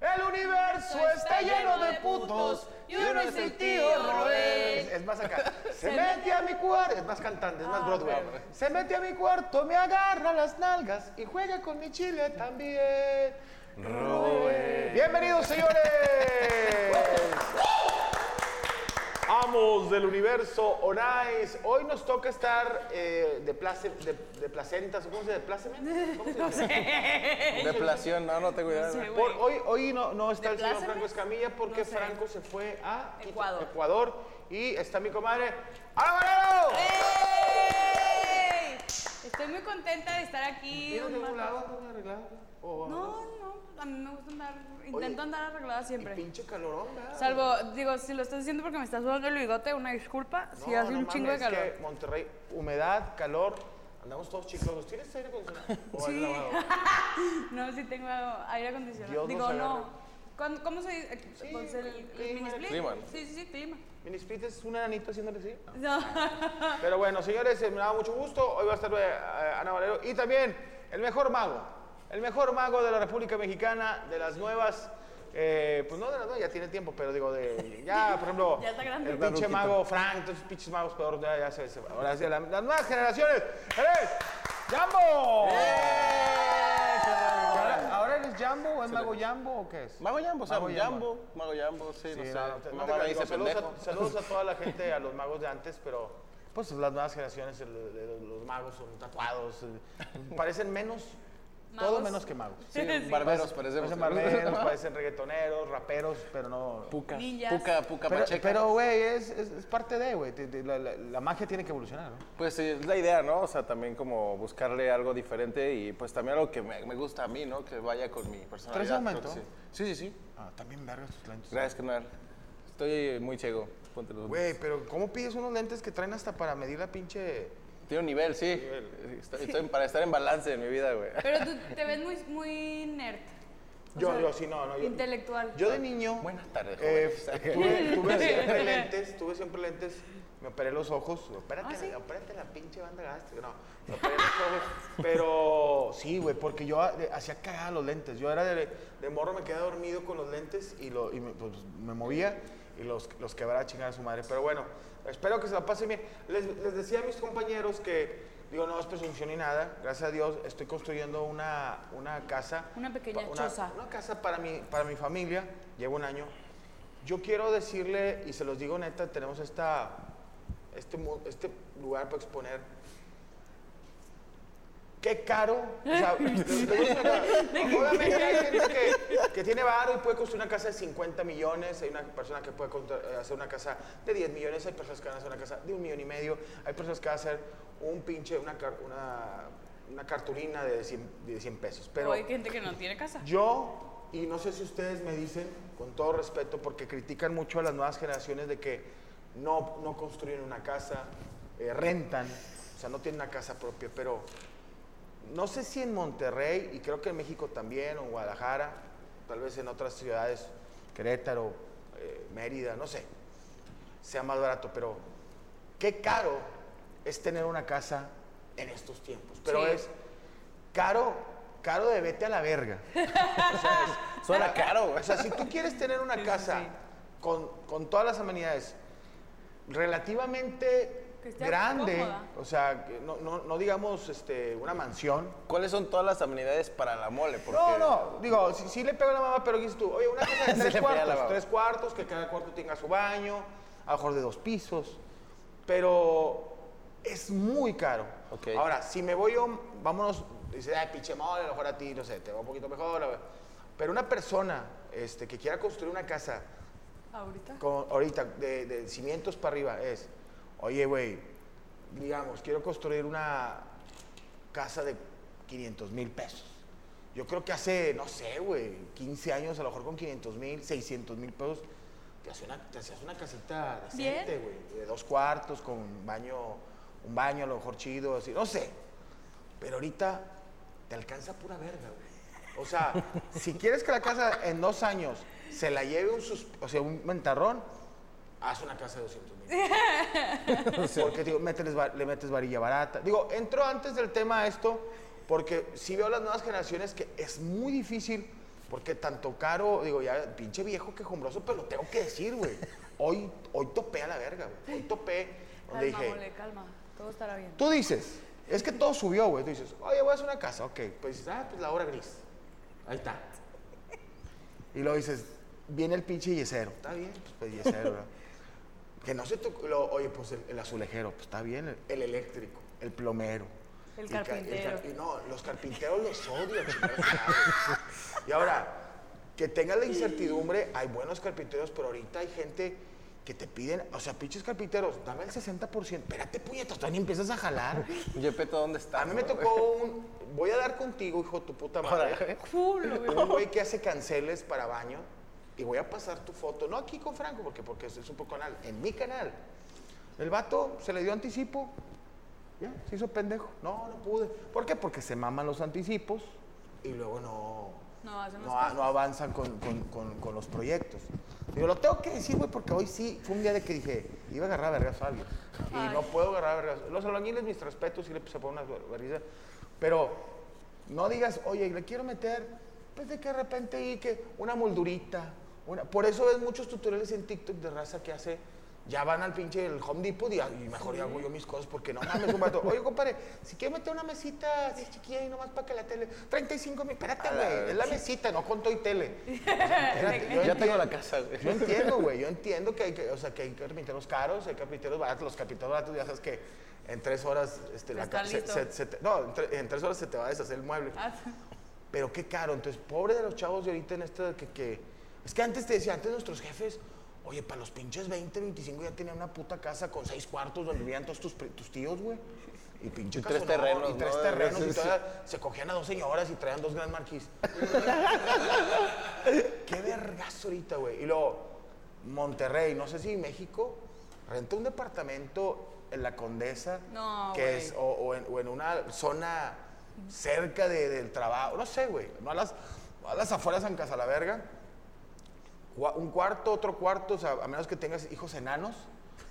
El universo está lleno de putos y uno es el tío Robert. Es más acá. Se mete a mi cuarto. Es más cantante, es Ah, más Broadway. Se mete a mi cuarto, me agarra las nalgas y juega con mi chile también. Robert. Bienvenidos, señores. Amos del universo, Onais. Hoy nos toca estar eh, de, place- de, de placentas. ¿Cómo se dice? ¿De plácemes? ¿Cómo se dice? De plación, no, no tengo idea. Sí, güey. Por- hoy hoy no, no está ¿De el señor plácemes? Franco Escamilla porque No sé. Franco se fue a Quito, Ecuador. Ecuador. y está mi comadre Ana Valero. ¡Ey! Estoy muy contenta de estar aquí. ¿Vienes de un algún martes. lado? ¿Estás arreglado? ¿O- No, no, a mí me gusta andar, intento andar arreglada siempre. Pinche calorón, ¿verdad? Salvo, digo, si lo estás haciendo porque me estás sudando el bigote, una disculpa, si No, hace no un mames, chingo de es que calor. Monterrey, humedad, calor, andamos todos chicos. ¿Tienes aire acondicionado? ¿O Sí. aire lavado? No, sí tengo aire acondicionado. Dios nos digo, no. agarre. ¿Cuándo- ¿Cómo se dice? Pues el, el clima, mini split. clima. Sí, sí, sí, clima. Mini split es un enanito haciéndole así. No. Pero bueno, señores, eh, me da mucho gusto. Hoy va a estar eh, Ana Valero y también el mejor mago, el mejor mago de la República Mexicana, de las nuevas. eh, pues no de las nuevas, ya tiene tiempo, pero digo, de. Ya, por ejemplo. Ya está grande. El pinche mago Frank, todos esos pinches magos peor, ya, ya se, se- Ahora sí, la- las nuevas generaciones. ¡Eres Jambo! Ahora, ahora eres Jambo o es mago Jambo o qué es? Mago Jambo, o sea, Mago Mago Jambo. Mago Jambo, sí, no Sí, sé. no, no te- no Mamá te me creas, dice saludos, pendejo. a, saludos a toda la gente, a los magos de antes, pero pues las nuevas generaciones, el- el- los magos son tatuados, eh, parecen menos, todo Magos. menos que magos. Pues, Sí, barberos parecemos. Parecen barberos, parecen reggaetoneros, raperos, pero no... Puca, Ninjas. puca, puca Pero, pacheca. pero, güey, es, es- es parte de, güey, te- te- la, la- la magia tiene que evolucionar, ¿no? Pues sí, es la idea, ¿no? O sea, también como buscarle algo diferente y pues también algo que me, me gusta a mí, ¿no? Que vaya con mi personalidad. creo aumento? que Sí, sí, sí. sí. Ah, también vergas tus lentes. Gracias, carnal. Estoy muy ciego. Ponte los Güey, pero ¿cómo pides unos lentes que traen hasta para medir la pinche...? Tiene un nivel, sí. Estoy, estoy para estar en balance en mi vida, güey. Pero tú te ves muy, muy nerd. O Yo, sea, yo sí, no, no, yo- Intelectual. Yo de niño. Buenas tardes, eh, jóvenes. tuve, tuve siempre lentes, tuve siempre lentes. Me operé los ojos. Opérate, ¿Ah, sí? opérate la pinche banda gástrica. No, me operé los ojos. Pero sí, güey, porque yo ha- de- hacía cagada los lentes. Yo era de, de morro, me quedaba dormido con los lentes y, lo, y me, pues, me movía y los, los quebraba a chingar a su madre. Pero bueno, espero que se la pasen bien. Les, les decía a mis compañeros que, digo, no es presunción ni nada. Gracias a Dios, estoy construyendo una, una casa. Una pequeña Pa- choza. Una casa para mi, para mi familia, llevo un año. Yo quiero decirle, y se los digo neta, tenemos esta, este, mu- este lugar para exponer. Qué caro. O sea, les- les voy a decir una cosa. obviamente hay gente que, que tiene varo y puede construir una casa de 50 millones. Hay una persona que puede contra- eh, hacer una casa de 10 millones. Hay personas que van a hacer una casa de un millón y medio. Hay personas que van a hacer un pinche, una, car- una, una cartulina de 100, de 100 pesos. Pero O hay gente que no tiene casa. yo, y no sé si ustedes me dicen, con todo respeto, porque critican mucho a las nuevas generaciones de que no, no construyen una casa, eh, rentan, o sea, no tienen una casa propia, pero no sé si en Monterrey, y creo que en México también, o en Guadalajara, tal vez en otras ciudades, Querétaro, eh, Mérida, no sé, sea más barato, pero qué caro es tener una casa en estos tiempos. Pero Sí. es caro, caro de vete a la verga. Suena caro, güey. O sea, si tú quieres tener una casa sí. Con, con todas las amenidades relativamente Que esté grande, cómoda. o sea, que no, no- no digamos este, una mansión. ¿Cuáles son todas las amenidades para la mole? Porque No, no, digo, si, le pego a la mamá, pero dices tú, oye, una casa de Se le tres pega a la cuartos, mamá. tres cuartos, que cada cuarto tenga su baño, a lo mejor de dos pisos, pero es muy caro. Ok. Ahora, si me voy yo, vámonos, dice, ay, pinche mole, a lo mejor a ti, no sé, te va un poquito mejor. a ver". Pero una persona este, que quiera construir una casa Ahorita. con- ahorita, de, de cimientos para arriba, es, oye, güey, digamos, quiero construir una casa de 500 mil pesos. Yo creo que hace, no sé, güey, 15 años, a lo mejor con 500 mil, 600 mil pesos, te hacías una, te hacías una casita decente, Bien. güey, de dos cuartos, con un baño, un baño a lo mejor chido, así, no sé. Pero ahorita te alcanza pura verga, güey. O sea, si quieres que la casa en dos años se la lleve un, sus- o sea, un mentarrón, haz una casa de 200 mil. Porque digo, mételes va- le metes varilla barata. Digo, entro antes del tema a esto porque sí veo las nuevas generaciones que es muy difícil Porque tanto caro, digo, ya, pinche viejo quejumbroso, pero lo tengo que decir, güey. Hoy, hoy topé a la verga, güey. Hoy topé. Calma, Donde dije, mole, calma. Todo estará bien. Tú dices, es que todo subió, güey. Tú dices, oye, voy a hacer una casa. Ok, pues dices, ah, pues la hora gris. Ahí está. Y luego dices, viene el pinche yesero. Está bien, pues, pues, yesero, ¿verdad? Que no se tocó, lo- oye, pues el, el azulejero, pues está bien. El, el eléctrico, el plomero. El Y ca- carpintero. y no, los carpinteros los odio, chingados, madre. Y ahora, que tengas la incertidumbre, hay buenos carpinteros, pero ahorita hay gente que te piden, o sea, pinches carpinteros, dame el 60%. Espérate, puñetas, todavía ni empiezas a jalar. Yepeto, ¿dónde está? A mí me no? tocó un. Voy a dar contigo, hijo de tu puta madre. Culo, güey. Un güey que hace canceles para baño. Y voy a pasar tu foto. No aquí con Franco, porque, porque es un poco canal. En mi canal. El vato se le dio anticipo. Ya, se hizo pendejo. No, no pude. ¿Por qué? Porque se maman los anticipos y luego no. No, hacen No, las a- no avanzan con, con- con- con los proyectos. Digo, lo tengo que decir, güey, porque hoy sí fue un día de que dije, iba a agarrar a vergas a alguien. Y Ay. no puedo agarrar a vergas. Los albañiles, mis respetos, sí le puse a poner unas vergüenzas. Pero no digas, oye, le quiero meter, pues de que de repente ahí que una moldurita. Una... Por eso ves muchos tutoriales en TikTok de raza que hace. Ya van al pinche el Home Depot y, y mejor ya hago yo mis cosas porque no mames un vato. Oye, compadre, si quieres meter una mesita así chiquilla y nomás para que la tele. 35 mil, espérate, A la güey. verga. Es la mesita, no con todo y tele. Espérate, yo Ya enti- tengo la casa, güey. Yo entiendo, güey. Yo entiendo que hay, que, o sea, que hay carpinteros caros, hay carpinteros baratos. Los carpinteros baratos ya sabes que en tres horas... Este, Está ca- se- listo. se- se te- no, en, tre- en tres horas se te va a deshacer el mueble. Ah, Pero qué caro. Entonces, pobre de los chavos de ahorita en esta que, que... Es que antes te decía, antes nuestros jefes... Oye, para los pinches 20, 25 ya tenían una puta casa con seis cuartos donde vivían todos tus, pri- tus tíos, güey. Y pinche Y tres casonón, terrenos, Y tres ¿no? terrenos. Sí, Y sí. todavía se cogían a dos señoras y traían dos gran marquis. Qué vergazo ahorita, güey. Y luego, Monterrey, no sé si México, renta un departamento en la Condesa. No, Que güey. es, o, o en, o en una zona cerca de- del trabajo. No sé, güey. No a las, no a las afueras de San Casalaverga. Cua- Un cuarto, otro cuarto, o sea, a menos que tengas hijos enanos.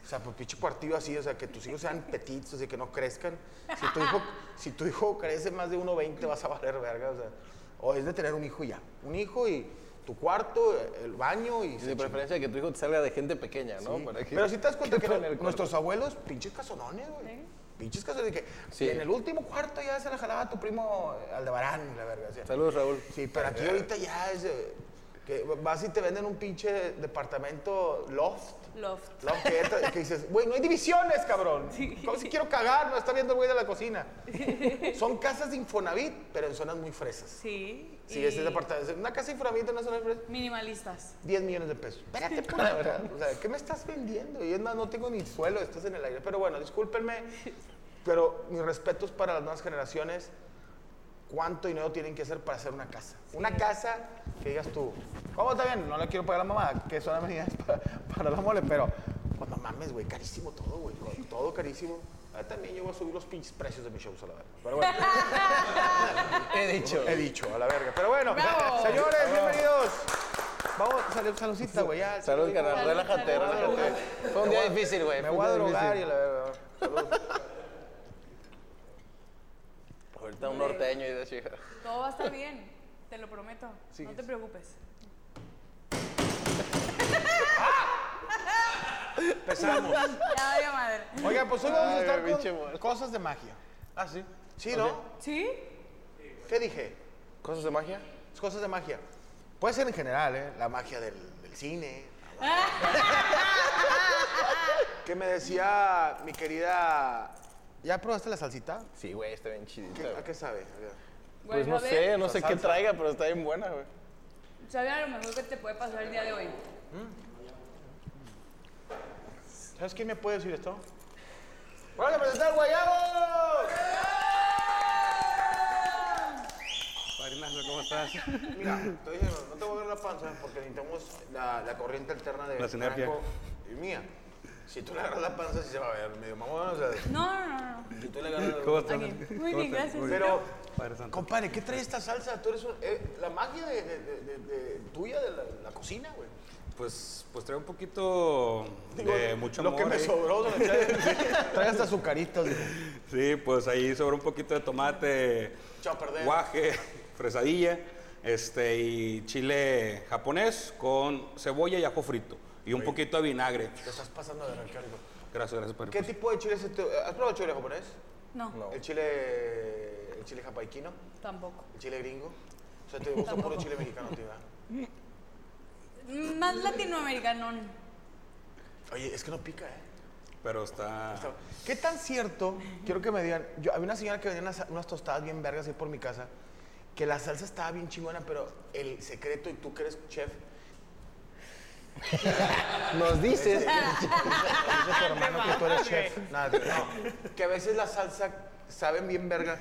O sea, por pinche partido así, o sea, que tus hijos sean petitos, y que no crezcan. Si tu hijo, si tu hijo crece más de 1,20 vas a valer verga, o sea. O es de tener un hijo y ya. Un hijo y tu cuarto, el baño y... Y se De chingó. preferencia que tu hijo te salga de gente pequeña, ¿no? Sí. Para que- Pero si te das cuenta que quepa no- en el cuarto. nuestros abuelos, pinches casonones, güey. Pinches casonones. de que Sí. En el último cuarto ya se la jalaba tu primo eh, Aldebarán, la verga. o sea. Saludos, Raúl. Sí, pero aquí ahorita ya es. eh, que vas y te venden un pinche departamento loft. Loft. Loft que, entra- que dices, güey, no hay divisiones, cabrón. Como si quiero cagar, no está viendo el güey de la cocina. Son casas de Infonavit, pero en zonas muy fresas. Sí. Sí, y ese departamento. Una casa de Infonavit en una zona fresa. Minimalistas. 10 millones de pesos. Espérate, por la verdad. O sea, ¿qué me estás vendiendo? Y es más, no tengo ni suelo, estás en el aire. Pero bueno, discúlpenme, pero mis respetos para las nuevas generaciones. ¿Cuánto dinero tienen que hacer para hacer una casa? Una casa que digas tú, ¿cómo está bien? No le quiero pagar a la mamá, que son las medidas para, para la mole, pero pues no mames, güey, carísimo todo, güey, co- todo carísimo. Ah, también yo voy a subir los pinches precios de mis shows a la verga. Pero bueno, He dicho. he dicho, a la verga. Pero bueno, Bravo. señores, bienvenidos. Vamos, salud, saludcita, güey, ya. Salud, carnal. Salud, Relájate, salud. relájate. Fue un día difícil, güey. Me fue un voy a día drogar y difícil. la verga. Ahorita un norteño y de chica. Todo va a estar bien. Te lo prometo. No te preocupes. Empezamos. Ya valió madre. Oiga, pues hoy vamos a Ay, estar pinche con mole. cosas de magia. Ah, sí. ¿Sí, no? ¿Sí? ¿Qué dije? ¿Cosas de magia? Cosas de magia. Puede ser en general, ¿eh? La magia del, del cine. que me decía mi querida... ¿Ya probaste la salsita? Sí, güey, está bien chidita. ¿Qué- güey. ¿A qué sabe? Pues Bueno, no a ver, sé, no sé qué traiga, pero está bien buena, güey. ¿Sabes a lo mejor que te puede pasar el día de hoy? ¿Sabes quién me puede decir esto? ¡Vamos a presentar Guayabo! Padrinazo, ¿cómo estás? Mira, te dije, no te voy a ver la panza porque necesitamos la, la corriente alterna de La sinergia. Franco y mía. Si tú le agarras la panza, sí se va a ver medio mamón. O sea, No, no, no. no. si tú le agarras la ¿Cómo estás? Aquí. Muy ¿Cómo bien, estás? gracias. Pero, Padre Santo. compadre, ¿qué trae esta salsa? Tú eres un- eh, la magia de, de- de- de- de- tuya, de la, la cocina, güey. Pues, pues trae un poquito de Digo, mucho Lo amor. eh. que me ahí. sobró. se lo trae- trae hasta azucaritos, digo. Sí, pues ahí sobra un poquito de tomate, Echado a perder. guaje, fresadilla. este, y chile japonés con cebolla y ajo frito. Y un poquito de vinagre. Te estás pasando de recargo. Gracias, gracias pues, por ¿Qué tipo de chile se te... ¿Has probado chile japonés? No, No. ¿El chile... el chile japaiquino? tampoco. ¿El chile gringo? O sea, te gusta puro chile mexicano, tío. ¿verdad? Más latinoamericanón. Oye, es que no pica, ¿eh? Pero está... Está- ¿Qué tan cierto? Quiero que me digan. Yo, había una señora que vendía unas, unas tostadas bien vergas ahí por mi casa, que la salsa estaba bien chingona, pero el secreto, y tú que eres chef, Nos dices. dice tu hermano que tú eres chef. Nada, no. Que a veces la salsa sabe bien verga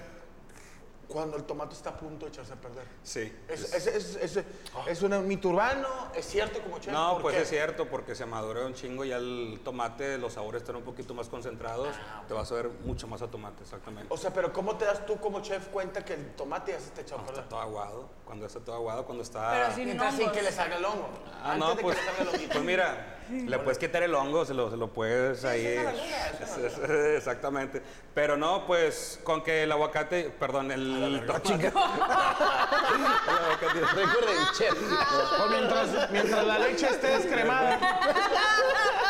cuando el tomate está a punto de echarse a perder. Sí. Es, es, es, es- es un mito urbano, es cierto como chef. No, ¿por pues qué? es cierto, porque se madura un chingo y el tomate, los sabores están un poquito más concentrados, Ah, te vas a ver mucho más a tomate, exactamente. O sea, pero ¿cómo te das tú como chef cuenta que el tomate ya se te echó a Cuando perder? está todo aguado, cuando está todo aguado, cuando está... Pero sin Mientras sin hongos. que le salga el hongo. Ah, Antes no, de pues, que le salga el honguito. pues mira, le puedes quitar el hongo, se lo, se lo puedes ahí. es una verdura, es una Es- es- exactamente. Pero no, pues con que el aguacate, perdón, el. Ah, chinga. El aguacate. Recuerden, chef. O mientras, mientras la leche esté descremada.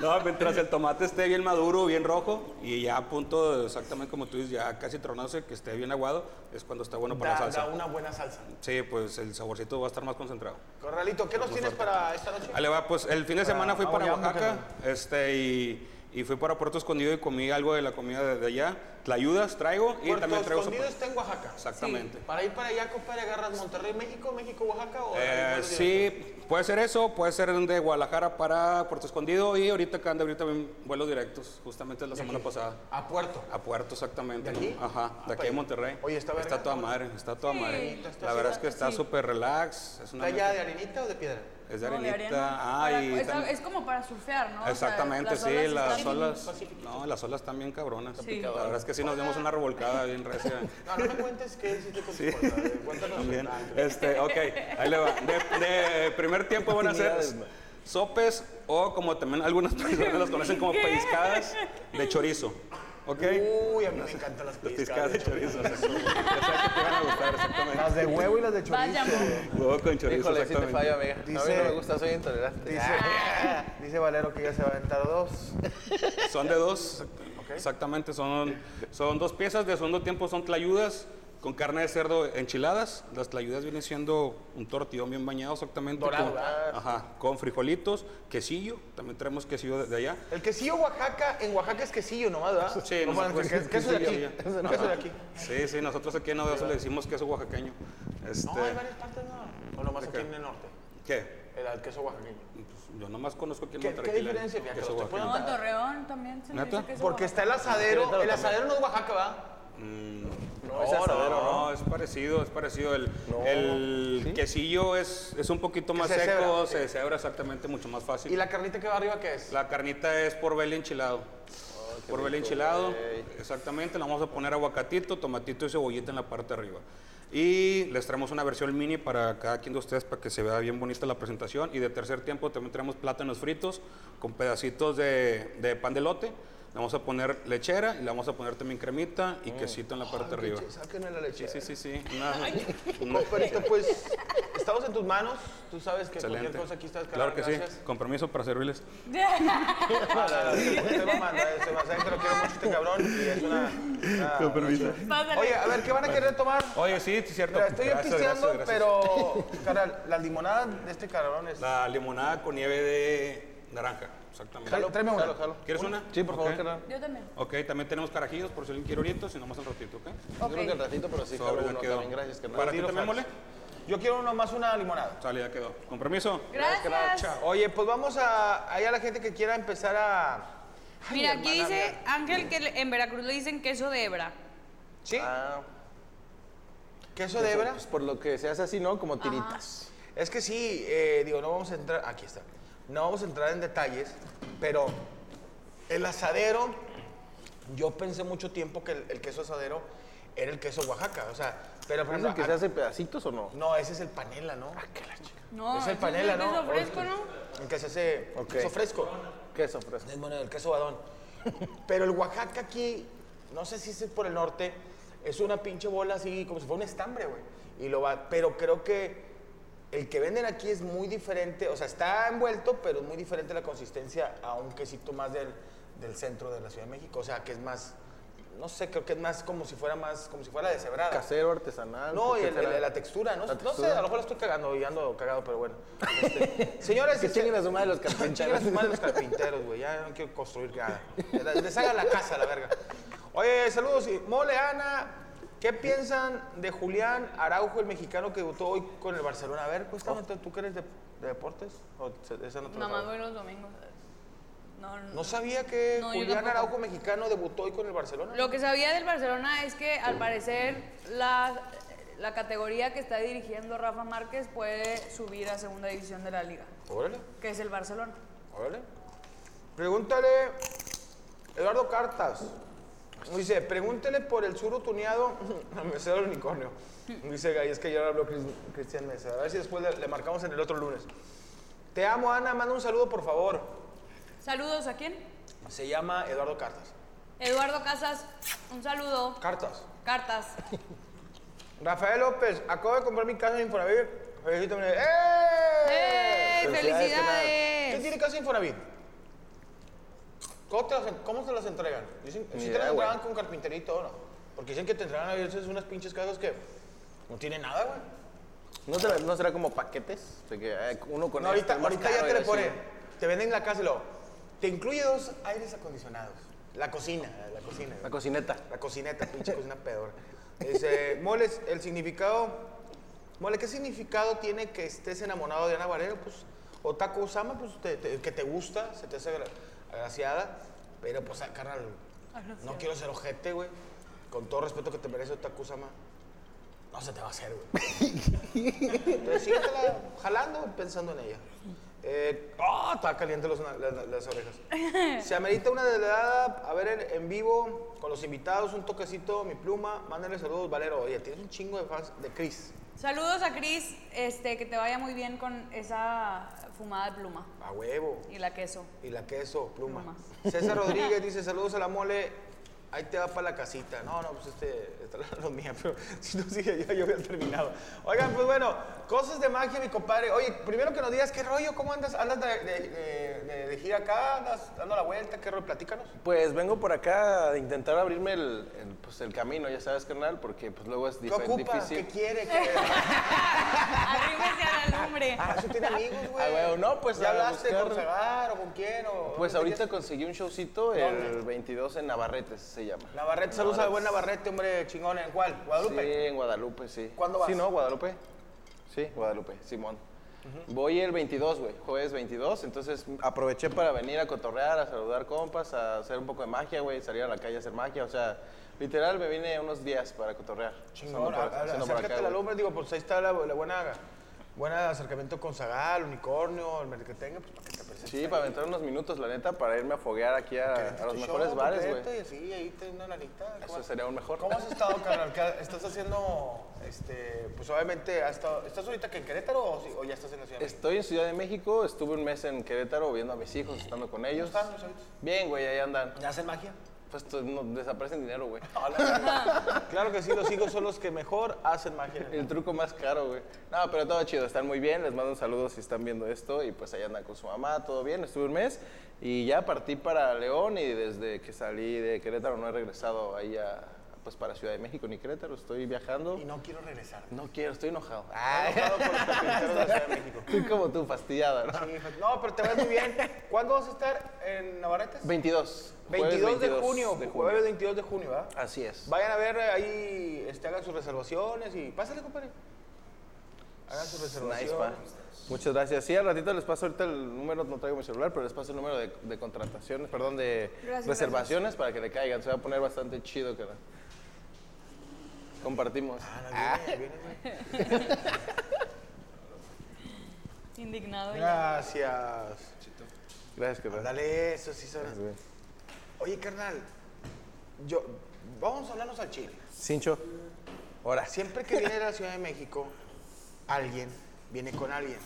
No, mientras el tomate esté bien maduro, bien rojo y ya a punto, de- exactamente como tú dices, ya casi tronándose, que esté bien aguado, es cuando está bueno para la Da, salsa. da una buena salsa. Sí, pues el saborcito va a estar más concentrado. Corralito, ¿qué nos tienes para esta noche? Ahí le va, pues el fin de semana fui vamos, para ya, vamos, Oaxaca este, y, y fui para Puerto Escondido y comí algo de la comida de, de allá. La ayudas, traigo y Puerto también traigo Escondido sopa. está en Oaxaca. Exactamente. Para ir para allá, compadre, agarras Monterrey, México, México, Oaxaca o Eh, agarras directo? sí, puede ser eso, puede ser de Guadalajara para Puerto Escondido y ahorita que anda ahorita también vuelos directos, justamente la semana pasada. a Puerto. A Puerto, exactamente. ¿De aquí? Ajá, Ah, de aquí para de ahí. Monterrey. Oye, está verga. Está toda madre, está toda madre. está- está La verdad así, es que está sí. súper relax. Es una ¿Playa de arenita o de piedra? Es de No, arenita. arena. Ah, Para- y es, también- es como para surfear, ¿no? O sea, Exactamente, sí, olas las están- olas. No, las olas están bien cabronas. Sí. La verdad es que sí nos dimos una revolcada bien recia. No, no me cuentes qué hiciste con tu puerta. eh, Cuéntanos. También. Ah, entonces- Este, ok, ahí le va. De, de primer tiempo van a ser sopes o como también algunas personas las conocen como pellizcadas de chorizo. ¿Ok? Uy, a mí me encantan las Las pellizcadas Uh, pellizcadas. Ah, de chorizo. Ya sabes que te van a gustar, exactamente. Las de huevo y las de Vaya, amor. Huevo con chorizo, Híjole, si te exactamente. fallo, amiga. A mí Dice- no me gusta, soy intolerante. Dice, dice Valero que ya se va a aventar dos. Son de dos. Exactamente, son, son dos piezas. De segundo tiempo son tlayudas con carne de cerdo enchiladas. Las tlayudas vienen siendo un tortillón bien bañado, exactamente. Dorado, con, ¿verdad? ajá, con frijolitos, quesillo. También traemos quesillo de, de allá. El quesillo Oaxaca, en Oaxaca es quesillo nomás, ¿verdad? Sí, no, nosotros- que- queso de aquí. quesillo. Queso de aquí. Sí, sí, nosotros aquí en Odeoso le decimos queso oaxaqueño. Este, No, hay varias partes, ¿no? O nomás aquí en el norte. ¿Qué? El, al queso oaxaqueño. Pues, yo nomás conozco aquí en ¿Qué- Monterrey qué que le- diferencia? Fíjate, queso te puedo- oaxaqueño. No, en Torreón también se me ¿Neta? dice que es Porque está el asadero. El asadero no es Oaxaca, ¿va? No, es asadero, no, ¿no? es parecido, es parecido. El, el quesillo es, es un poquito más se seco, cebra, se desebra exactamente mucho más fácil. ¿Y la carnita que va arriba qué es? La carnita es por vela enchilado. por vela enchilado, exactamente. Le vamos a poner aguacatito, tomatito y cebollita en la parte de arriba. Y les traemos una versión mini para cada quien de ustedes para que se vea bien bonita la presentación. Y de tercer tiempo también traemos plátanos fritos con pedacitos de, de pan de lote. Le vamos a poner lechera y le vamos a poner también cremita y Mm. quesito en la parte de arriba. Sáquenle la Sí, leche. sí, sí, sí. Una- una- Compadrito, pues, estamos en tus manos. Tú sabes que excelente. cualquier cosa aquí está Claro que Gracias. sí. Con permiso para servirles. Ah, la- la- Te mamando, eh, se me hace que lo quiero mucho este cabrón. Y es una... una- Pásale. Oye, a ver, ¿qué van a querer tomar? Oye, sí, es cierto. Mira, estoy Gracias, pisteando, gracias, gracias. pero, carnal, la limonada de este cabrón es... La limonada con nieve de naranja, exactamente. Jalo, tráeme una. ¿Quieres una? Sí, por favor, Ok. carnal. Yo también. Ok, también tenemos carajillos, por si alguien quiere ahorita, si no más un ratito, ¿ok? Yo creo que al Ok. ratito, pero sí, Sobre, cabrón, ya no, quedó. también gracias, carnal. ¿Para ti Tiro también fax. mole? Yo quiero uno más una limonada. Sale, ya quedó. ¿Con permiso? Gracias. Oye, pues vamos a... Ahí a la gente que quiera empezar a... Ay, Mira, hermana, aquí dice mira. Ángel que le- en Veracruz le dicen queso de hebra. ¿Sí? Ah, ¿Queso de hebra? Pues por lo que se hace así, ¿no? Como tiritas. Es que sí, eh, digo, no vamos a entrar, aquí está, no vamos a entrar en detalles, pero el asadero, yo pensé mucho tiempo que el, el queso asadero era el queso Oaxaca, o sea, pero por ¿Es el ejemplo, que se ah, hace pedacitos o no? no, ese es el panela, ¿no? No, es el ese panela, es ¿no? Ah, el queso fresco, ¿no? El que se hace Ok. queso fresco, Queso fresco. Es bueno, el queso badón. pero el Oaxaca aquí, no sé si es por el norte, es una pinche bola así, como si fuera un estambre, güey. y lo va. Pero creo que el que venden aquí es muy diferente, o sea, está envuelto, pero es muy diferente la consistencia a un quesito más del, del centro de la Ciudad de México. O sea, que es más, no sé, creo que es más como si fuera más, como si fuera deshebrada. Casero, artesanal. No, ¿qué y el- será? el- la textura, ¿no? La No sé, textura. a lo mejor la estoy cagando y ando cagado, pero bueno. Este, señores, Que este- chinguen a su madre los que chinguen a carpinteros. su madre los carpinteros, güey. Ya no quiero construir nada. Les haga la casa, la verga. Oye, saludos. y- Mole, Ana. ¿Qué piensan de Julián Araujo, el mexicano que debutó hoy con el Barcelona? A ver, cuéntame, Oh. ¿tú que eres de, de deportes? ¿O se- esa no te la Nomás sabes? voy los domingos. No, no. No sabía que No, yo Julián tampoco. Araujo, mexicano, debutó hoy con el Barcelona. Lo que sabía del Barcelona es que al parecer la, la categoría que está dirigiendo Rafa Márquez puede subir a segunda división de la liga, Órale, que es el Barcelona. órale. Pregúntale, Eduardo Cartas. Dice, pregúntele por el suro tuneado al mesero del unicornio. Dice, "Ay, es que ya habló Cris- Cristian Mesa. A ver si después le, le marcamos en el otro lunes. Te amo, Ana. Manda un saludo, por favor. Saludos a quién? Se llama Eduardo Cartas. Eduardo Casas, un saludo. Cartas. Cartas. Rafael López, acabo de comprar mi casa en Infonavit. Felicítame. ¡Eh! ¡Eh! ¡Felicidades! ¿Quién tiene casa en Infonavit? ¿Cómo, te las en- cómo se las entregan? Dicen, si te las entregan con carpinterito o no. Porque dicen que te entregan a veces unas pinches casas que no tienen nada, güey. ¿No, será, no será como paquetes? De que eh, uno con No, ahorita, este, más ahorita ya caro y te le así. ponen. Te venden la casa y luego. Te incluye dos aires acondicionados. La cocina, la cocina. La cocineta. La cocineta, pinche cocina pedora. Dice, moles, el significado. Mole, ¿qué significado tiene que estés enamorado de Ana Varela? Pues, Otaku Osama, pues, te- te- que te gusta, se te hace agra- agraciada. Pero, pues, ah, carnal, no quiero ser ojete, güey. Con todo respeto que te merece Otaku Osama, no se te va a hacer, güey. Entonces, síguetela jalando, pensando en ella. Eh, ¡ah! está caliente los na- las, las orejas. Se amerita una delgada, a ver en, en vivo, con los invitados, un toquecito, mi pluma. Mándenle saludos, Valero. Oye, tienes un chingo de fans de Chris. Saludos a Cris, este, que te vaya muy bien con esa fumada de pluma A huevo. y la queso. Y la queso, pluma. Pluma. César Rodríguez dice, saludos a la mole. Ahí te va para la casita. No, no, pues este, esta es la mía, pero si no sigue yo, yo había terminado. Oigan, pues bueno, cosas de magia, mi compadre. Oye, primero que nos digas, ¿qué rollo? ¿Cómo andas? ¿Andas de, de- de- de- de gira acá? ¿Andas dando la vuelta? ¿Qué rollo? Platícanos. Pues vengo por acá a intentar abrirme el, el, pues, el camino, ya sabes, carnal, porque pues luego es ¿Qué dife- ocupa? ¿Qué difícil. quiere? ¿Qué- Arrímese a la lumbre. Ah, eso tiene amigos, güey. Ah, huevo, no, pues, ¿Ya a hablaste buscar- con Sagar o con quién? O, Pues ¿dónde ahorita querías? conseguí un showcito ¿Dónde? el 22 en Navarrete, se llama. Navarrete, saludos al buen Navarrete, hombre chingón. ¿En cuál? ¿Guadalupe? Sí, en Guadalupe, sí. ¿Cuándo vas? Sí, no, Guadalupe. Sí, Guadalupe, Simón. Voy el 22, güey, jueves 22, entonces aproveché para venir a cotorrear, a saludar compas, a hacer un poco de magia, güey, salir a la calle a hacer magia, o sea, literal me vine unos días para cotorrear. Chingón, Ando por acá, a- a- ando por acércate acá, a la güey. lumbre, digo, pues ahí está la, la buena, buen acercamiento con Zagal, Unicornio, el que tenga, pues para que te presentes. Sí, para aventar unos minutos, la neta, para irme a foguear aquí a, a los mejores bares, güey. Y así, ahí te una lanita. Eso sería un mejor. ¿Cómo has estado, carnal? ¿Qué- ¿Estás haciendo, este, pues obviamente, has estado- ¿estás ahorita que en Querétaro o, sí- o ya estás en la ciudad? de México? Estoy en Ciudad de México, estuve un mes en Querétaro viendo a mis hijos, estando con ellos. ¿Cómo están los chavitos? Bien, güey, ahí andan. ¿Ya hacen magia? Pues tú- no, desaparecen dinero, güey. claro que sí, los hijos son los que mejor hacen magia. El truco más caro, güey. No, pero todo chido, están muy bien. Les mando un saludo si están viendo esto. Y pues ahí andan con su mamá, todo bien. Estuve un mes y ya partí para León. Y desde que salí de Querétaro no he regresado ahí a, pues para Ciudad de México ni Querétaro. Estoy viajando. Y no quiero regresar. No quiero, estoy enojado. Ah, Estoy enojado con los carpinteros de la Ciudad de México. Estoy como tú, fastidiada, ¿no? Sí, pues, No, pero te ves muy bien. ¿Cuándo vas a estar en Navarretes? 22. jueves 22 de junio, de junio. jueves 22 de junio, ¿verdad? Así es. Vayan a ver eh, ahí, este, hagan sus reservaciones y pásale, compadre. Hagan sus Nice, pa. reservaciones. Muchas gracias. Sí, al ratito les paso ahorita el número, no traigo mi celular, pero les paso el número de, de contrataciones, perdón, de Gracias, reservaciones para que le caigan. Se va a poner bastante chido, cara. Compartimos. Indignado. y- Gracias. Gracias, cara. Dale eso, sí, son. Oye, carnal, yo, vamos a hablarnos al chile. Cincho. Ahora. Siempre que viene de la Ciudad de México, alguien viene con alguien.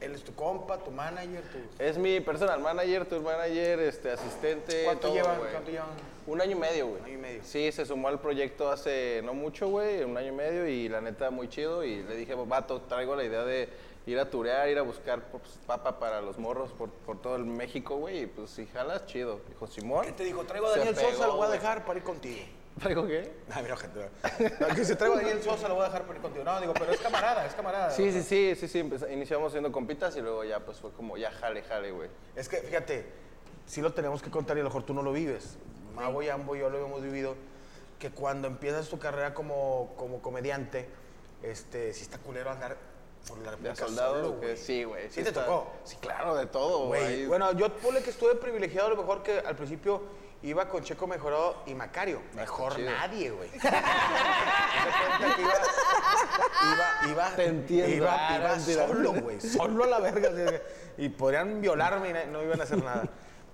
Él es tu compa, tu manager, tu... Es mi personal manager, tour manager, este, asistente. ¿Cuánto todo, llevan? güey. ¿Cuánto llevan? Un año y medio, güey. Un año y medio. Sí, se sumó al proyecto hace no mucho, güey, un año y medio, y la neta, muy chido. Y le dije, vato, traigo la idea de ir a turear, ir a buscar pues, papa para los morros por, por todo el México, güey. Y pues, si jalas, chido. Dijo, Simón. ¿Qué te dijo? Traigo a Se Daniel pegó, Sosa, lo voy a güey. dejar para ir contigo. ¿Traigo qué? Ah, mira, gente. No, que si traigo a Daniel Sosa, lo voy a dejar para ir contigo. No, digo, pero es camarada, es camarada. Sí, sí, sí, sí, sí. empeza- iniciamos siendo compitas y luego ya, pues, fue como, ya jale, jale, güey. Es que, fíjate, sí lo tenemos que contar y a lo mejor tú no lo vives. Mago y Ambo y yo lo hemos vivido, que cuando empiezas tu carrera como, como comediante, este, sí está culero andar por la De República soldado, solo, lo que- Sí, güey. ¿Sí, te está- tocó? Sí, claro, de todo, Güey, güey. Bueno, yo ponle que estuve privilegiado a lo mejor que al principio iba con Checo Mejorado y Macario. Mejor Ah, chido. nadie, güey. Haz de cuenta que iba- iba- iba- Te entiendo. Iba, iba Ah, mentira. solo, güey. Solo a la verga. así, Y podrían violarme y na- no iban a hacer nada.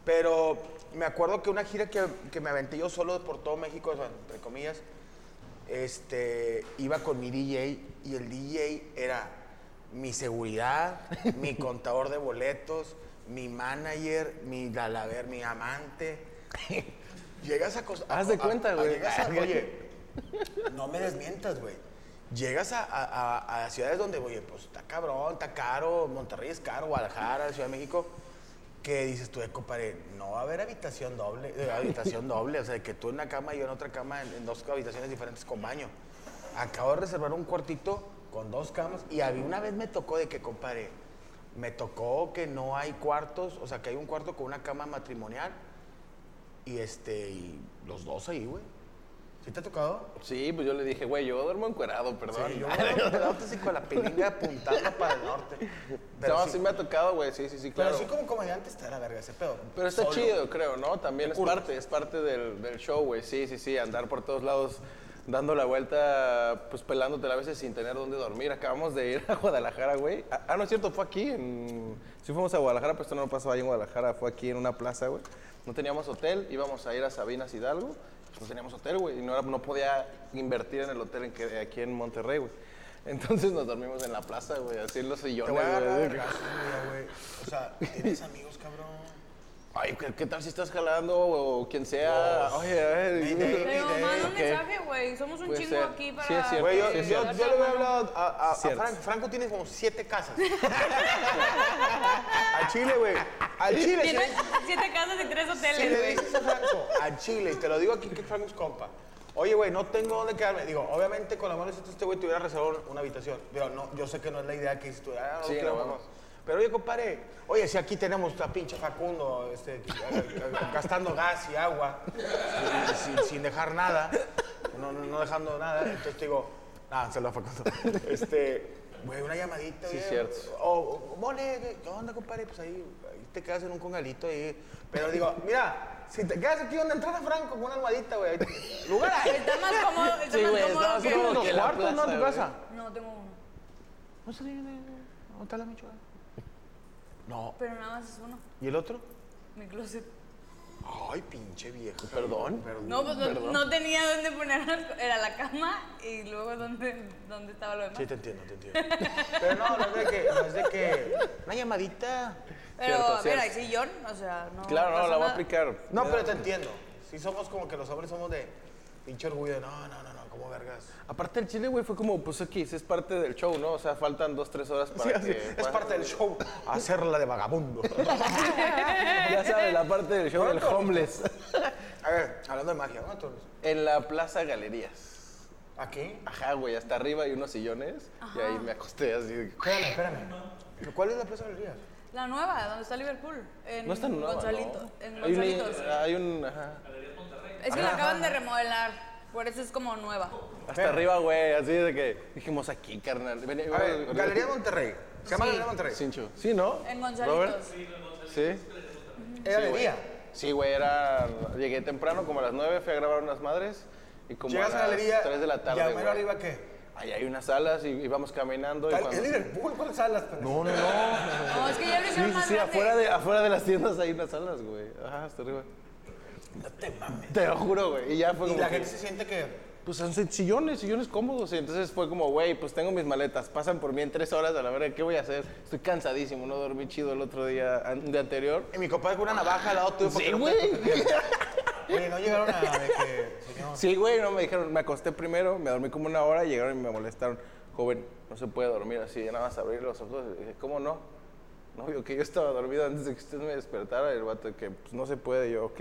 Pero me acuerdo que una gira que, que me aventé yo solo por todo México, o sea, entre comillas, este, iba con mi DJ y el DJ era mi seguridad, mi contador de boletos, mi manager, mi galaver, mi amante. Llegas a cosas. Haz de cuenta, güey. Llegas a, oye, no me desmientas, güey. Llegas a, a- a- a ciudades donde, oye, pues está cabrón, está caro, Monterrey es caro, Guadalajara, Ciudad de México, que dices tú, eh, compadre, no va a haber habitación doble, eh, habitación doble, o sea, que tú en una cama y yo en otra cama, en, en dos habitaciones diferentes con baño. Acabo de reservar un cuartito con dos camas y a mí una vez me tocó de que, compadre, me tocó que no hay cuartos, o sea, que hay un cuarto con una cama matrimonial y este, y los dos ahí, güey. ¿Sí te ha tocado? Sí, pues yo le dije, güey, yo duermo encuerado, perdón. Sí, yo me acuerdo que el auto así con la pilinga apuntando para el norte. Pero, no, sí, sí me ha tocado, güey, sí, sí, sí, pero claro. sí como comediante está de la verga ese pedo. Pero está Solo. chido, creo, ¿no? También es parte, es parte del, del show, güey. Sí, sí, sí, andar por todos lados dando la vuelta, pues pelándote a veces sin tener dónde dormir. Acabamos de ir a Guadalajara, güey. Ah, ah, no es cierto, fue aquí. En... Sí fuimos a Guadalajara, pero esto no pasó ahí en Guadalajara, fue aquí en una plaza, güey. No teníamos hotel, íbamos a ir a Sabinas Hidalgo, pues no teníamos hotel, güey. Y no, era- no podía invertir en el hotel en que, aquí en Monterrey, güey. Entonces nos dormimos en la plaza, güey, así en los Te sillones, voy a agarrar güey. de vergazo un día, güey. O sea, tienes amigos, cabrón. Ay, ¿qué, qué tal si estás jalando o quien sea? Oye, a ver. Pero Idea, manda un ok. mensaje, güey. Somos un Puede chingo ser. aquí Sí, para. es cierto, Güey, yo, sí, es yo- darte yo la le había mano. hablado a, a- a Cierto. Franco. Franco tiene como siete casas. Al Chile, güey. Al Chile. si Tiene le- siete casas y tres Si hoteles, le güey. dices a Franco, a Chile, y te lo digo aquí que Franco es compa. Oye, güey, no tengo dónde quedarme. Digo, obviamente con la mano de Dios, este güey te hubiera reservado una habitación. Pero no, yo sé que no es la idea que hiciste. Ah, no Sí, quiero, no, vamos. vamos. Pero oye, compadre, oye, si aquí tenemos a pinche Facundo este, gastando gas y agua sin, sin- sin dejar nada, no, no, no dejando nada, entonces te digo, ah, se lo a Facundo. Este, güey, una llamadita, Sí, güey. cierto. O, o, mole, ¿qué- ¿qué onda, compadre? Pues ahí, ahí te quedas en un congalito ahí. Pero digo, mira, si te quedas aquí donde entras a Franco con una almohadita, güey. ahí te- Lugar ahí. Está más cómodo, está Sí, más güey, cómodo estamos que. como Unos que la cuartos, ¿no? En tu plaza, casa. No, tengo uno. No sé, ¿dónde está la Michoacán? No. Pero nada más es uno. ¿Y el otro? Mi closet. Ay, pinche vieja. Perdón. No, pues no, no tenía dónde poner las co- Era la cama y luego dónde, dónde estaba lo demás. Sí, te entiendo, te entiendo. Pero no, no es de que. No es de que una llamadita. pero, Cierto, a ver, cierto. hay sillón, o sea, no. Claro, no, pasa la voy a nada. aplicar. No, pero te entiendo. Si somos como que los hombres somos de pinche orgullo. No, no, no, no, como vergas. Aparte el chile, güey, fue como, pues aquí, sí, es parte del show, ¿no? O sea, faltan dos, tres horas para que... es parte del show. Hacerla de vagabundo. Ya sabes, la parte del show del homeless. A ver, hablando de magia, ¿no? Tú- En la Plaza Galerías. ¿Aquí? Ajá, güey, hasta arriba hay unos sillones y ahí me acosté así. de que- Espérame, espérame. ¿Cuál es la plaza de galerías? La nueva, donde está Liverpool. En No es tan nueva, Gonzalito, ¿no? En Hay una- Gonzalitos. Hay un... Ajá. Es que la acaban de remodelar, por eso es como nueva. Hasta arriba, güey, así de que dijimos aquí, carnal. Ven, A ven, ver, ven. Galería Monterrey. Se llama Galería Monterrey. Sincho. Sí, ¿no? En Robert. Gonzalitos. Sí. Es galería. Sí, güey, era. Llegué temprano, como a las 9, fui a grabar unas madres. Y como Llegas a la las galería. 3 de la ¿Y a tarde. mero güey. arriba qué? Ahí hay unas salas y, y vamos caminando. Y cuando- ¿Es Liverpool? ¿Cuáles salas? No, no, No, es que ya lo Sí, hicieron sí, más sí, grande. afuera de, afuera de las tiendas hay unas salas, güey. Ajá, hasta arriba. No te mames. Te lo juro, güey. Y ya fue Y como. la que- gente se siente que. pues son sillones, sillones cómodos. Y entonces fue como, güey, pues tengo mis maletas, pasan por mí en tres horas, a la verdad, ¿qué voy a hacer? Estoy cansadísimo, no dormí chido el otro día, an- de anterior. Y mi compadre con una navaja al lado tuyo. porque Sí, no te- güey. Oye, no llegaron a de que, señor, Sí, güey, no me dijeron, me acosté primero, me dormí como una hora, llegaron y me molestaron. Joven, no se puede dormir así, nada más abrir los ojos. Y dije, ¿cómo no? No, yo que yo estaba dormido antes de que usted me despertara. El vato de que, pues no se puede, yo, ok.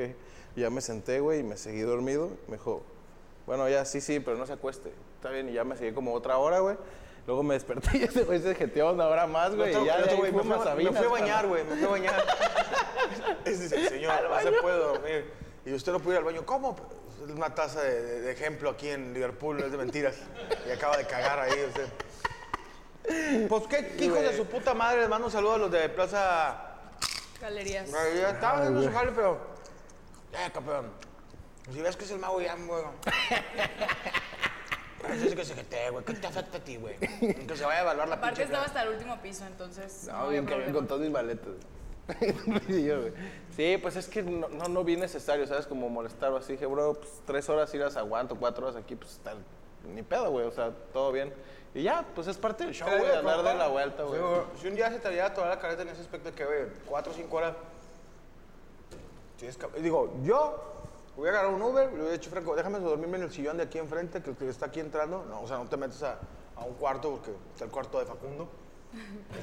Y ya me senté, güey, y me seguí dormido. Me dijo, bueno, ya sí, sí, pero no se acueste. Está bien, y ya me seguí como otra hora, güey. Luego me desperté y ese güey se jeteó una hora más, güey. otro- Y ya el de otro ahí güey, me fuimos fui a a- me Sabinas fui a para- bañar, güey, me fui a bañar. Es dice, señor, no se puede dormir. Y usted no puede ir al baño. ¿Cómo? Pues, Es una taza de, de- de ejemplo aquí en Liverpool, es de mentiras. Y acaba de cagar ahí usted. Pues qué hijos de su puta madre, les mando un saludo a los de Plaza Galerías. Ah, Ay, Ya estaba haciendo su jale, pero. Eh, campeón. Si ves que es el mago ya, güey. Eso es que se jete, güey. ¿Qué te afecta a ti, güey? Que se vaya a evaluar la Aparte pinche estaba cara. hasta el último piso, entonces. No, había bien cabrón problema. con todas mis maletas. Y yo, güey. sí, pues es que no, no, no vi necesario, ¿sabes? Como molestar o así. Dije, bro, pues tres horas sí las aguanto, cuatro horas aquí, pues está ni pedo, güey. O sea, todo bien. Y ya, pues es parte del show, Pero güey, digo, andar de compa, la vuelta, güey. sí, Si un día se te viera toda la careta en ese aspecto de que, güey, cuatro o cinco horas. tienes que- Digo, yo voy a agarrar un Uber, le hubiera dicho, Franco, déjame dormirme en el sillón de aquí enfrente, que el que está aquí entrando. No, o sea, no te metes a, a un cuarto porque está el cuarto de Facundo.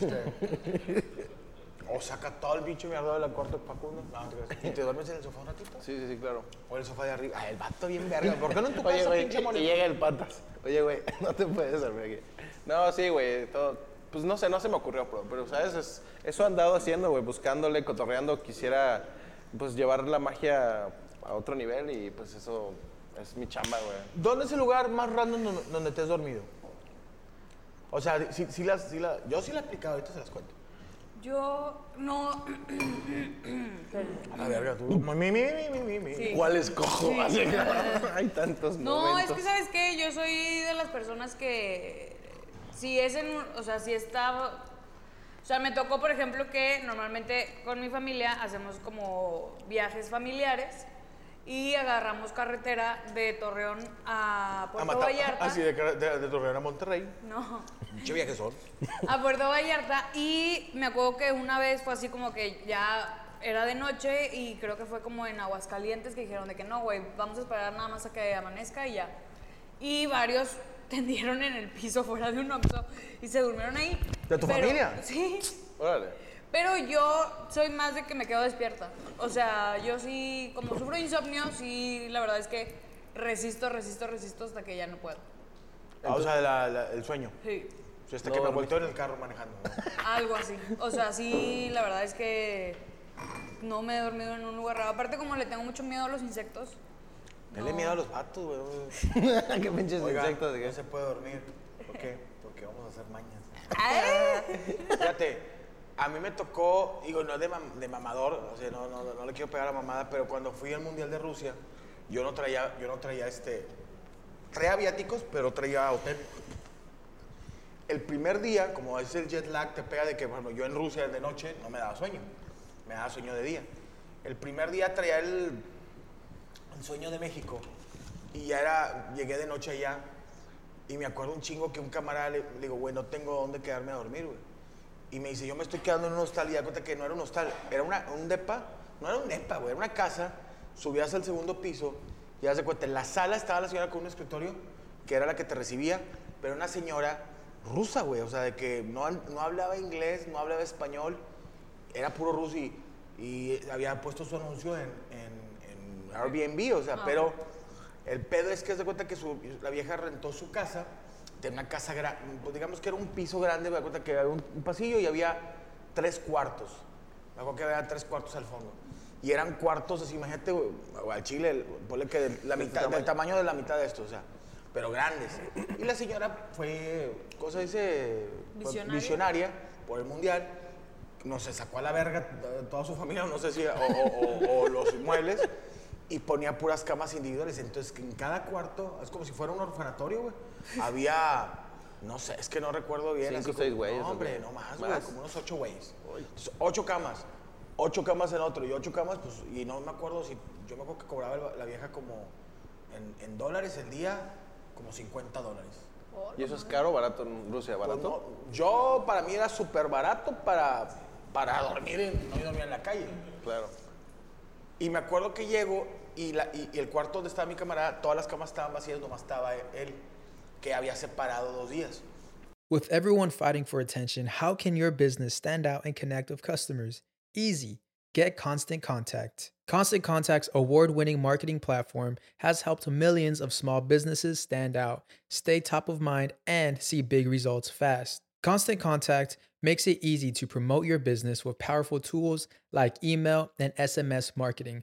Este, o saca todo el bicho mierda del cuarto de Facundo. No, no te creas. Y te duermes en el sofá un ratito. Sí, sí, sí, claro. O en el sofá de arriba. Ah, el vato bien verga. ¿Por qué no en tu Oye, casa, güey, pinche y monito? llega el patas. Oye, güey, no te puedes dormir aquí. No, sí, güey, todo. Pues no sé, no se me ocurrió, pero, pero ¿sabes? Es- eso he andado haciendo, güey, buscándole, cotorreando. Quisiera, pues, llevar la magia a otro nivel y, pues, eso es mi chamba, güey. ¿Dónde es el lugar más random donde, donde te has dormido? O sea, si, si las, si la, yo sí la he aplicado, ahorita se las cuento. Yo no. A la verga, tú. Mi, mi, mi, mi, mi, mi. Sí. ¿Cuál escojo? Así que- Hay tantos No, es momentos. que sabes qué, yo soy de las personas que si es en, un- o sea, si está, o sea, me tocó por ejemplo que normalmente con mi familia hacemos como viajes familiares y agarramos carretera de Torreón Uh, a A Puerto matar. Vallarta. Así de, cara- de, de Torreón a Monterrey. Ah, No. Che viaje son. a Puerto Vallarta y me acuerdo que una vez fue así como que ya era de noche y creo que fue como en Aguascalientes que dijeron de que no, güey, vamos a esperar nada más a que amanezca y ya. Y varios tendieron en el piso fuera de un Oxxo y se durmieron ahí. ¿De tu Pero- familia? Sí. Órale. Pero yo soy más de que me quedo despierta. O sea, yo sí, como sufro de insomnio, sí, la verdad es que resisto, resisto, resisto hasta que ya no puedo. Ah, o sea, la- la- el sueño. Sí. O sea, hasta que me volteo en el carro manejando. ¿no? Algo así. O sea, sí, la verdad es que no me he dormido en un lugar raro. Aparte, como le tengo mucho miedo a los insectos. Dale miedo a los patos, güey. Qué pinches Oiga, insectos. no se puede dormir. ¿Por qué? Porque vamos a hacer mañas. ¡Ay! Fíjate, a mí me tocó, digo, no es de, mam- de mamador, o sea, no, no, no le quiero pegar a mamada, pero cuando fui al Mundial de Rusia, yo no traía, yo no traía este, traía viáticos, pero traía hotel. El primer día, como es el jet lag, te pega de que, bueno, yo en Rusia de noche no me daba sueño, me daba sueño de día. El primer día traía el, el sueño de México y ya era, llegué de noche allá y me acuerdo un chingo que un camarada le, le digo, güey, no tengo dónde quedarme a dormir, güey. Y me dice, yo me estoy quedando en un hostal. Y da cuenta que no era un hostal, era una, un depa. No era un depa, güey, era una casa. Subías al segundo piso y das de cuenta, en la sala estaba la señora con un escritorio, que era la que te recibía, pero una señora rusa, güey. O sea, de que no, no hablaba inglés, no hablaba español, era puro ruso y, y había puesto su anuncio en, en- en Airbnb, o sea, pero el pedo es que haz de cuenta que su- la vieja rentó su casa, tenía una casa grande, digamos que era un piso grande, me da cuenta que había un, un pasillo y había tres cuartos. Me acuerdo que había tres cuartos al fondo. Y eran cuartos, así, imagínate, güey, al chile, el- ponle que de la mitad, del tamaño de la mitad de esto, o sea, pero grandes. Y la señora fue, cosa dice, Visionaria. visionaria por el mundial. No se sacó a la verga t- toda su familia, no sé si, o, o- o- o los inmuebles, y ponía puras camas individuales. Entonces, que en cada cuarto, es como si fuera un orfanatorio, güey. Había, no sé, es que no recuerdo bien. Cinco, así seis como- güeyes, No, hombre, ok. no más, güey, ¿Más? como unos ocho güeyes. Entonces, ocho camas, ocho camas en otro, y ocho camas, pues, y no me acuerdo si, yo me acuerdo que cobraba el- la vieja como en, en dólares el día, como 50 dólares. ¿Y eso es caro o barato en Rusia? ¿Barato? Pues no, yo, para mí era súper barato para, para dormir, en- no yo dormía en la calle. Claro. Y me acuerdo que llego y, la- y- y el cuarto donde estaba mi camarada, todas las camas estaban vacías, nomás estaba él, que había separado dos días. With everyone fighting for attention, how can your business stand out and connect with customers? Easy. Get Constant Contact. Constant Contact's award winning marketing platform has helped millions of small businesses stand out, stay top of mind, and see big results fast. Constant Contact makes it easy to promote your business with powerful tools like email and SMS marketing,